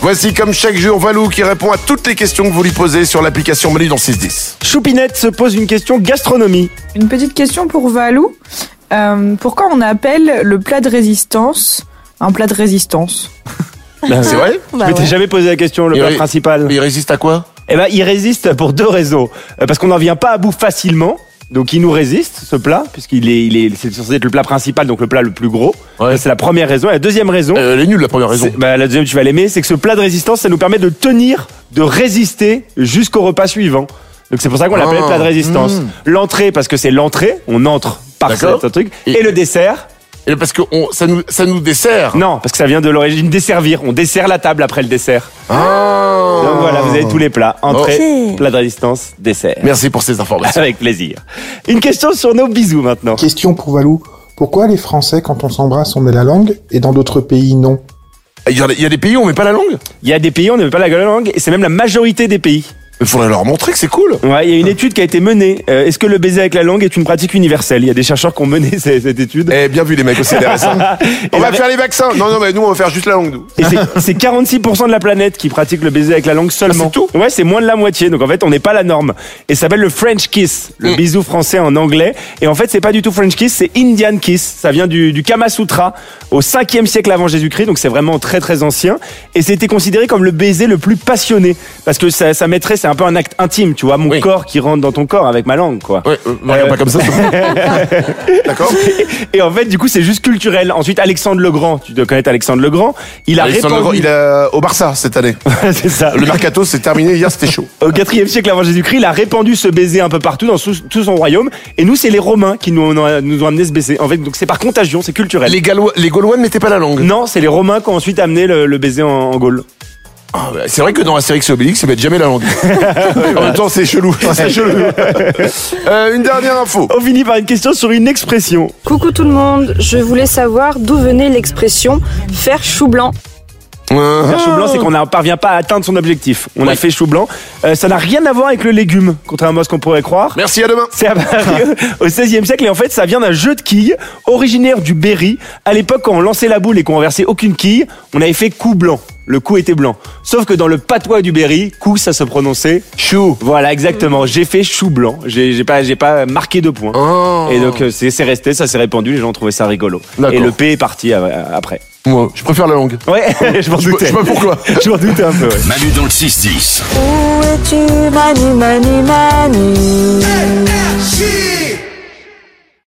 Voici comme chaque jour Valou qui répond à toutes les questions que vous lui posez sur l'application Menu dans 610. Choupinette se pose une question gastronomie. Une petite question pour Valou. Euh, pourquoi on appelle le plat de résistance un plat de résistance C'est vrai Je Bah m'étais ouais. jamais posé la question, le Il plat ré- principal. Il résiste à quoi Eh ben, il résiste pour deux raisons. Euh, Parce qu'on n'en vient pas à bout facilement. Donc, il nous résiste, ce plat, puisqu'il est, il est, c'est censé être le plat principal, donc le plat le plus gros. Ouais. Ça, C'est la première raison. Et la deuxième raison, Euh, Elle est nulle la première raison. c'est- bah, la deuxième, tu vas l'aimer, c'est que ce plat de résistance, ça nous permet de tenir, de résister jusqu'au repas suivant. Donc, c'est pour ça qu'on l'appelle Ah, plat de résistance. hmm. L'entrée, parce que c'est l'entrée, on entre par D'accord. cet- ce truc. Et- Et le dessert, Et parce que on- ça, nous, ça nous dessert. non, parce que ça vient de l'origine desservir. On dessert la table après le dessert. Ah. Donc voilà, vous avez tous les plats. Entrée, Ok. plat de résistance, dessert. Merci pour ces informations. Avec plaisir. Une question sur nos bisous maintenant. Question pour Valou. Pourquoi les Français, quand on s'embrasse, on met la langue et dans d'autres pays, non Il y, a, il y a des pays où on met pas la langue. Il y a des pays où on ne met pas la langue et c'est même la majorité des pays. Il faudrait leur montrer que c'est cool. Ouais, il y a une étude qui a été menée. Euh, Est-ce que le baiser avec la langue est une pratique universelle Il y a des chercheurs qui ont mené cette, cette étude. Eh bien vu les mecs, c'est intéressant. on Et va la- faire les vaccins. Non non mais nous on va faire juste la langue nous. Et c'est- c'est 46% de la planète qui pratique le baiser avec la langue seulement. Ah, c'est Ouais, c'est moins de la moitié. Donc en fait, on n'est pas la norme. Et ça s'appelle le French kiss, le Mm. bisou français en anglais. Et en fait, c'est pas du tout French kiss, c'est Indian kiss. Ça vient du, du Kama Sutra au 5e siècle avant Jésus-Christ. Donc c'est vraiment très très ancien. Et c'était considéré comme le baiser le plus passionné parce que ça, ça mettrait, c'est un peu un acte intime, tu vois, mon Oui. corps qui rentre dans ton corps avec ma langue, quoi. Ouais, euh, me regarde Euh. pas comme ça. s'il te plaît. D'accord. Et en fait, du coup, c'est juste culturel. Ensuite, Alexandre le Grand, tu dois connaître Alexandre le Grand. Il a Alexandre répandu. Legrand, il est euh, au Barça cette année. c'est ça. Le mercato c'est terminé hier, c'était chaud. Au 4 siècle avant Jésus-Christ, il a répandu ce baiser un peu partout dans sous- tout son royaume. Et nous, c'est les Romains qui nous, ont- nous ont amené ce baiser. En fait, donc c'est par contagion, c'est culturel. Les Gallois, les Gaulois ne mettaient pas la langue. Non, c'est les Romains qui ont ensuite amené le, le baiser en, en Gaule. Ah, bah, C'est vrai que dans Astérix et Obélix, ils mettent jamais la langue. en même temps, c'est chelou. C'est chelou. Euh, une dernière info. On finit par une question sur une expression. Coucou tout le monde, je voulais savoir d'où venait l'expression faire chou blanc. Euh, Faire chou blanc, c'est qu'on ne parvient pas à atteindre son objectif. On a fait chou blanc. Euh, ça n'a rien à voir avec le légume, contrairement à ce qu'on pourrait croire. merci à demain. C'est apparu au XVIe siècle et en fait ça vient d'un jeu de quilles originaire du Berry. À l'époque quand on lançait la boule et qu'on renversait aucune quille, on avait fait coup blanc. Le coup était blanc. Sauf que dans le patois du Berry, coup ça se prononçait chou. Voilà exactement. J'ai fait chou blanc. J'ai j'ai pas j'ai pas marqué de points. Oh. Et donc euh, c'est c'est resté, ça s'est répandu, les gens trouvaient ça rigolo. D'accord. Et le P est parti euh, après. Moi, je préfère la langue. Ouais, je m'en Je sais doutais. pas pourquoi. Je m'en doutais un peu. ouais. Manu dans le 6-10. Où es-tu, Manu, Manu, Manu